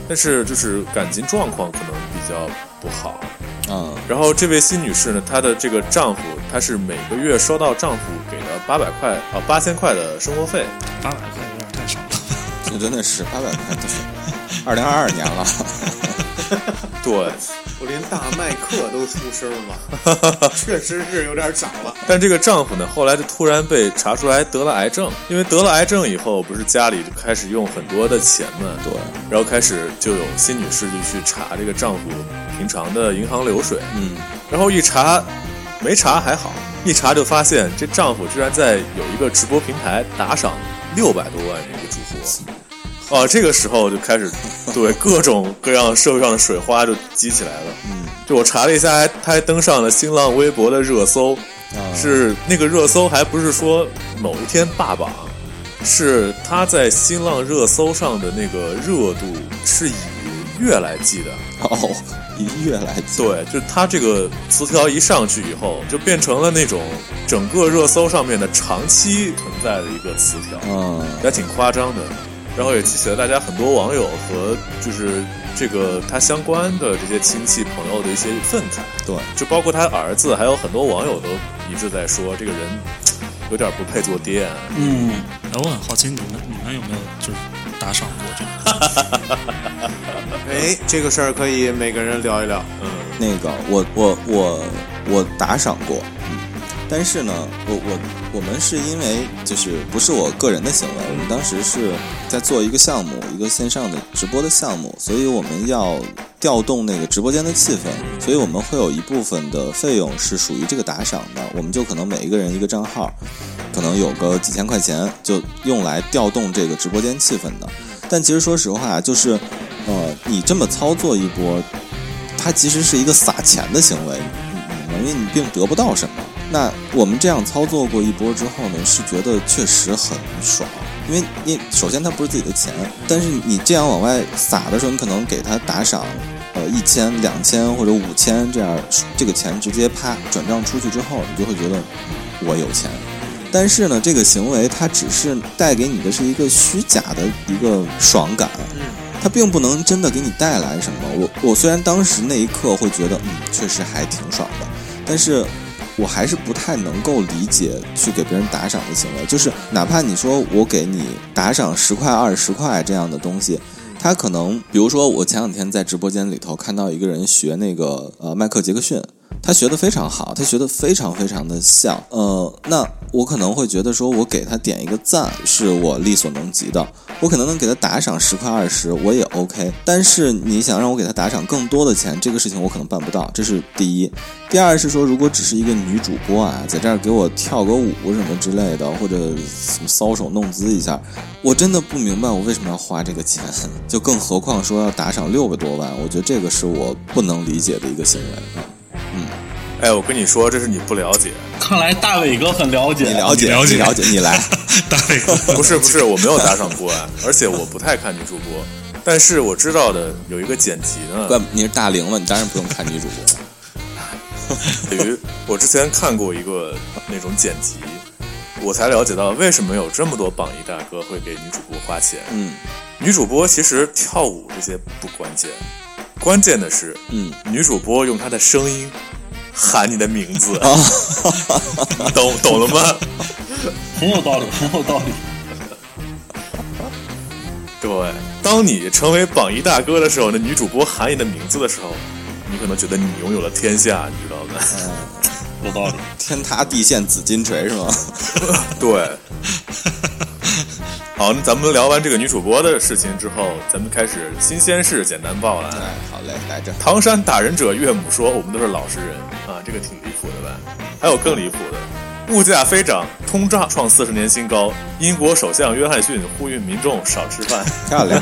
但是就是感情状况可能比较不好。啊然后这位辛女士呢，她的这个丈夫，她是每个月收到丈夫给的八百块啊八千块的生活费，八百块有点太少了。这真的是八百块，都是二零二二年了，对，我连大麦克都出声了， 确实是有点早了。但这个丈夫呢，后来就突然被查出来得了癌症，因为得了癌症以后，不是家里就开始用很多的钱嘛，对，然后开始就有新女士就去查这个丈夫平常的银行流水，嗯，然后一查，没查还好，一查就发现这丈夫居然在有一个直播平台打赏六百多万这个主播，哦，这个时候就开 始对各种各样社会上的水花就激起来了。嗯，就我查了一下，还他还登上了新浪微博的热搜，啊是那个热搜还不是说某一天霸榜，是他在新浪热搜上的那个热度是以月来计的。哦，一月来计，对，就是他这个词条一上去以后，就变成了那种整个热搜上面的长期存在的一个词条，嗯，也挺夸张的。然后也激起了大家很多网友和就是这个他相关的这些亲戚朋友的一些愤慨，对，就包括他儿子，还有很多网友都一致在说这个人有点不配做爹、啊。嗯，哎，我很好奇你们你们有没有就是打赏过这个？哎，这个事儿可以每个人聊一聊。嗯，那个我我我我打赏过，嗯，但是呢，我我我们是因为就是不是我个人的行为，我们当时是在做一个项目，一个线上的直播的项目，所以我们要调动那个直播间的气氛，所以我们会有一部分的费用是属于这个打赏的，我们就可能每一个人一个账号，可能有个几千块钱，就用来调动这个直播间气氛的。但其实说实话，就是，呃，你这么操作一波，它其实是一个撒钱的行为，嗯因为你并得不到什么。那我们这样操作过一波之后呢，是觉得确实很爽，因为你首先它不是自己的钱，但是你这样往外撒的时候，你可能给他打赏，呃，一千、两千或者五千这样，这个钱直接啪转账出去之后，你就会觉得嗯我有钱。但是呢，这个行为它只是带给你的是一个虚假的一个爽感，它并不能真的给你带来什么。我我虽然当时那一刻会觉得，嗯，确实还挺爽的，但是我还是不太能够理解去给别人打赏的行为。就是哪怕你说我给你打赏十块、二十块这样的东西，他可能比如说我前两天在直播间里头看到一个人学那个呃迈克尔杰克逊，他学的非常好，他学的非常非常的像。呃，那我可能会觉得说，我给他点一个赞是我力所能及的。我可能能给他打赏十块二十，我也 OK。但是你想让我给他打赏更多的钱，这个事情我可能办不到，这是第一。第二是说，如果只是一个女主播啊，在这儿给我跳个舞什么之类的，或者什么搔首弄姿一下，我真的不明白我为什么要花这个钱，就更何况说要打赏六百多万，我觉得这个是我不能理解的一个行为啊。哎，我跟你说，这是你不了解，看来大伟哥很了解，你了解，你了解你了解，你来。大伟哥， 不是不是，我没有打赏过啊，而且我不太看女主播，但是我知道的有一个剪辑呢，怪不你是大龄了，你当然不用看女主播。对于我之前看过一个那种剪辑，我才了解到为什么有这么多榜一大哥会给女主播花钱。嗯女主播其实跳舞这些不关键，关键的是嗯，女主播用她的声音喊你的名字， 啊，懂懂了吗？很有道理，很有道理。对，当你成为榜一大哥的时候，那女主播喊你的名字的时候，你可能觉得你拥有了天下，你知道吗？有道理，天塌地陷紫金锤是吗？ 对。 好，那咱们聊完这个女主播的事情之后，咱们开始新鲜事简单报了。啊哎，好嘞，来这。唐山打人者岳母说：“我们都是老实人啊，这个挺离谱的吧？”还有更离谱的，物价飞涨，通胀创四十年新高。英国首相约翰逊呼吁民众少吃饭， 漂亮，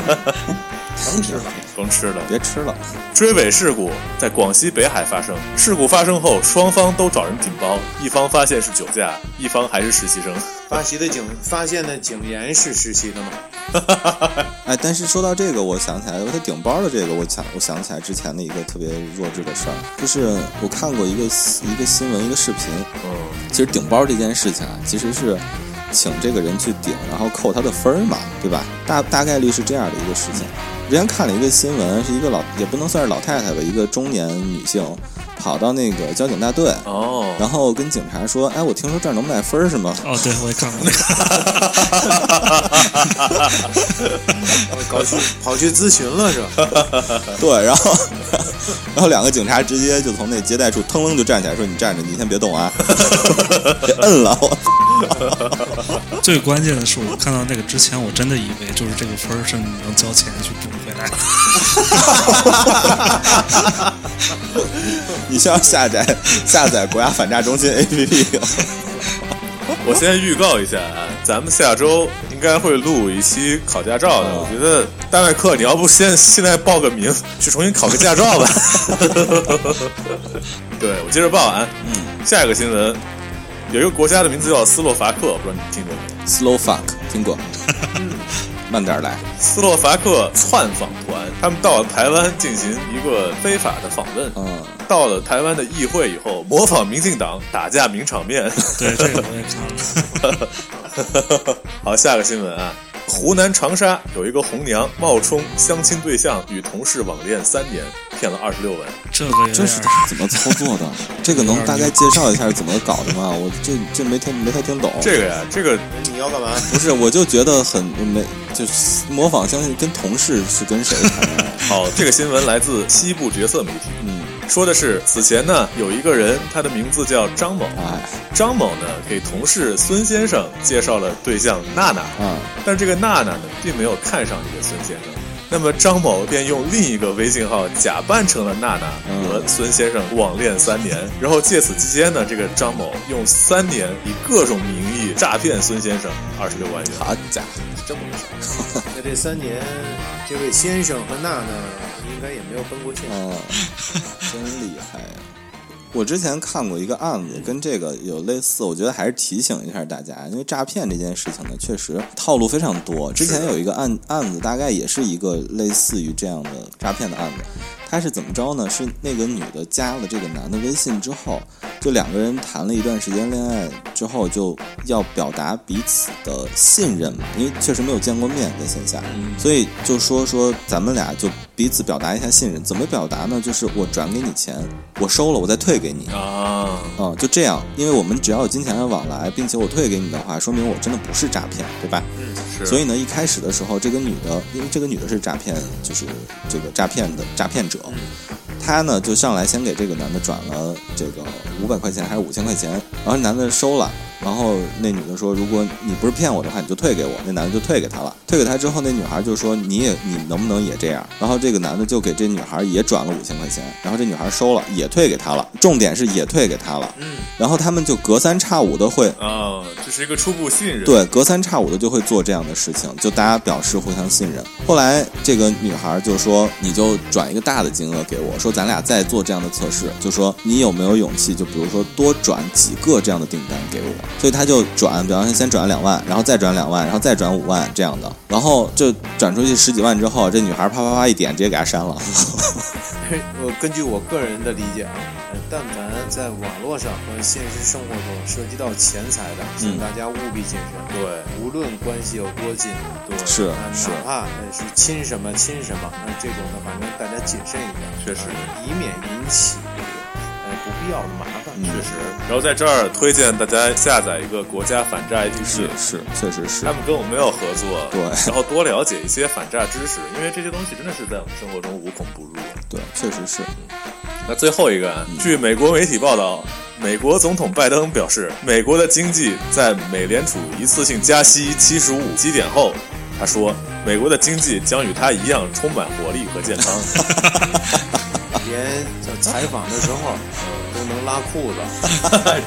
甭吃了。别吃了。追尾事故在广西北海发生，事故发生后，双方都找人顶包，一方发现是酒驾，一方还是实习生。发现的井发现的井盐是实习的吗？哎，但是说到这个，我想起来了，他顶包的这个，我想我想起来之前的一个特别弱智的事儿，就是我看过一个一个新闻，一个视频，嗯，其实顶包这件事情啊，其实是请这个人去顶，然后扣他的分儿嘛，对吧？大大概率是这样的一个事情。之前看了一个新闻，是一个老也不能算是老太太吧，一个中年女性跑到那个交警大队，哦，然后跟警察说：“哎，我听说这儿能卖分儿是吗？”哦，对，我也看过那个，搞去跑去咨询了是吧？对，然后 然后两个警察直接就从那接待处腾楞就站起来说：“你站着，你先别动啊， 别摁了。”我 最关键的是，我看到那个之前，我真的以为就是这个分儿是你能交钱去补回 来的。你需要下载下载国家反诈中心 APP。我先预告一下啊，咱们下周应该会录一期考驾照的。我觉得大麦克，你要不先现在报个名，去重新考个驾照吧。 对，我接着报啊。嗯，下一个新闻，有一个国家的名字叫斯洛伐克，我不知道你听过没有？ Slow fuck，听过？慢点儿来。斯洛伐克窜访团，他们到了台湾进行一个非法的访问。嗯，到了台湾的议会以后，模仿民进党打架名场面。 对，这个我也看了。好，下个新闻啊，湖南长沙有一个红娘冒充相亲对象，与同事网恋三年，骗了二十六万。这个有这点是儿怎么操作的？这个能大概介绍一下是怎么搞的吗？我这这没听没太听懂。这个呀，这个你要干嘛？不是，我就觉得很没，就是模仿相信跟同事是跟谁谈恋爱？好，这个新闻来自西部角色媒体，嗯，说的是此前呢有一个人，他的名字叫张某，哎，张某呢给同事孙先生介绍了对象娜娜。嗯，但这个娜娜呢，并没有看上这个孙先生。那么张某便用另一个微信号假扮成了娜娜嗯和孙先生网恋三年，然后借此期间呢，这个张某用三年以各种名义诈骗孙先生二十六万元。好家伙，这么回事？那这三年，这位先生和娜娜应该也没有分过钱。嗯，真厉害呀！我之前看过一个案子，跟这个有类似，我觉得还是提醒一下大家，因为诈骗这件事情呢，确实套路非常多。之前有一个案案子，大概也是一个类似于这样的诈骗的案子。他是怎么着呢？是那个女的加了这个男的微信之后，就两个人谈了一段时间恋爱之后，就要表达彼此的信任嘛，因为确实没有见过面在线下，所以就说说咱们俩就彼此表达一下信任。怎么表达呢？就是我转给你钱，我收了，我再退给你。啊，嗯，就这样，因为我们只要有金钱的往来，并且我退给你的话，说明我真的不是诈骗，对吧？是所以以呢，一开始的时候，这个女的，因为这个女的是诈骗，就是这个诈骗的诈骗者，他呢就上来先给这个男的转了这个五百块钱还是五千块钱，然后男的收了，然后那女的说如果你不是骗我的话，你就退给我。那男的就退给他了，退给他之后，那女孩就说你也你能不能也这样？然后这个男的就给这女孩也转了五千块钱，然后这女孩收了，也退给他了。重点是也退给他了，嗯，然后他们就隔三差五的会啊，这是一个初步信任。对，隔三差五的就会做这样的事情，就大家表示互相信任。后来这个女孩就说：“你就转一个大的金额给我，说咱俩再做这样的测试，就说你有没有勇气，就比如说多转几个这样的订单给我。”所以他就转，比方说先转两万，然后再转两万，然后再转五万这样的，然后就转出去十几万之后，这女孩啪啪啪一点，直接给他删了。 我根据我个人的理解啊，呃但凡在网络上和现实生活中涉及到钱财的，请嗯大家务必谨慎。对无论关系有多近，对，是啊是哪怕呃是亲什么亲什么，那这种的反正大家谨慎一点，确实啊以免引起这个呃不必要的麻烦。嗯确实。然后在这儿推荐大家下载一个国家反诈 APP，是，确实是他。们跟我们要合作， 对然后多了解一些反诈知识，因为这些东西真的是在我们生活中无孔不入。对，确实是。那最后一个嗯啊，据美国媒体报道，美国总统拜登表示，美国的经济在美联储一次性加息七十五基点后，他说，美国的经济将与他一样充满活力和健 康。连就采访的时候都能拉裤子，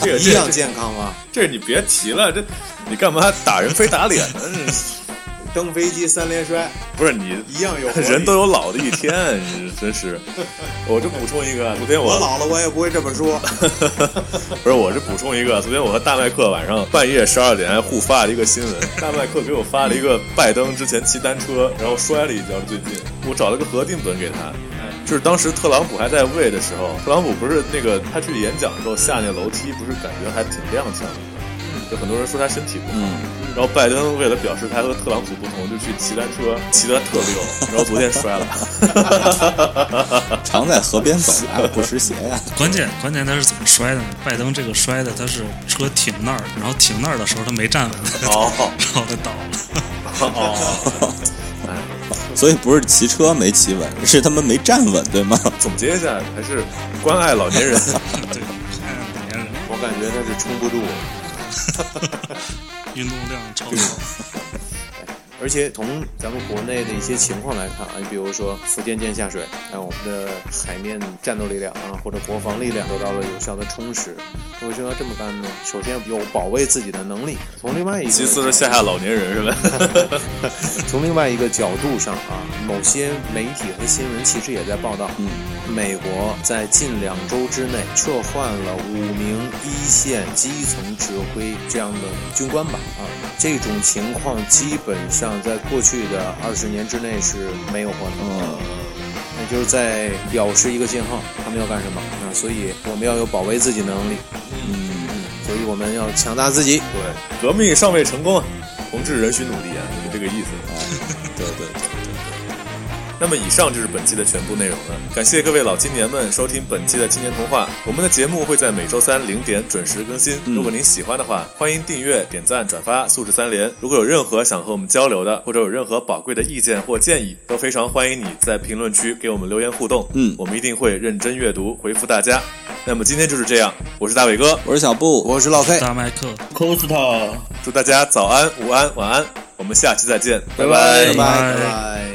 这 个一样这这健康吗？这你别提了，这你干嘛打人非打 脸呢？这登飞机三连摔不是你一样有活力 人都有老的一天，你真是。我这补充一个，昨天我老了我也不会这么说。不是，我是补充一个，昨天我和大麦克晚上半夜十二点还互发了一个新闻，大麦克给我发了一个拜登之前骑单车然后摔了一跤，最近我找了个核定本给他。就是当时特朗普还在位的时候，特朗普不是那个他去演讲的时候下那楼梯，不是感觉还挺踉跄的，就很多人说他身体不好。嗯，然后拜登为了表示他和特朗普不同，就去骑单车，骑得特溜，然后昨天摔 了。常在河边走呀，不湿鞋啊呀。关键关键他是怎么摔的呢？拜登这个摔的，他是车停那儿，然后停那儿的时候他没站稳，哦 然后他倒了。哦，所以不是骑车没骑稳，是他们没站稳，对吗？总结一下，还是关爱老年人。 对，哎老年人我感觉他是撑不住，运动量超高。而且从咱们国内的一些情况来看啊，你比如说福建舰下水，哎，我们的海面战斗力量啊，或者国防力量得到了有效的充实。为什么要这么干呢？首先有保卫自己的能力，从另外一个其次是吓吓老年人是吧？从另外一个角度上啊，某些媒体和新闻其实也在报道，嗯，美国在近两周之内撤换了五名一线基层指挥这样的军官吧啊，这种情况基本上在过去的二十年之内是没有过的。嗯，那就是在表示一个信号，他们要干什么啊？所以我们要有保卫自己的能力，嗯，所以我们要强大自己。对，革命尚未成功，啊同志仍需努力啊，就这个意思。对对对，那么以上就是本期的全部内容了，感谢各位老青年们收听本期的青年童话。我们的节目会在每周三零点准时更新，嗯如果您喜欢的话，欢迎订阅、点赞、转发，素质三连。如果有任何想和我们交流的，或者有任何宝贵的意见或建议，都非常欢迎你在评论区给我们留言互动。嗯我们一定会认真阅读，回复大家。那么今天就是这样，我是大伟哥，我是小布，我是老 K，大麦克， Costa。祝大家早安、午安、晚安，我们下期再见，拜拜拜拜拜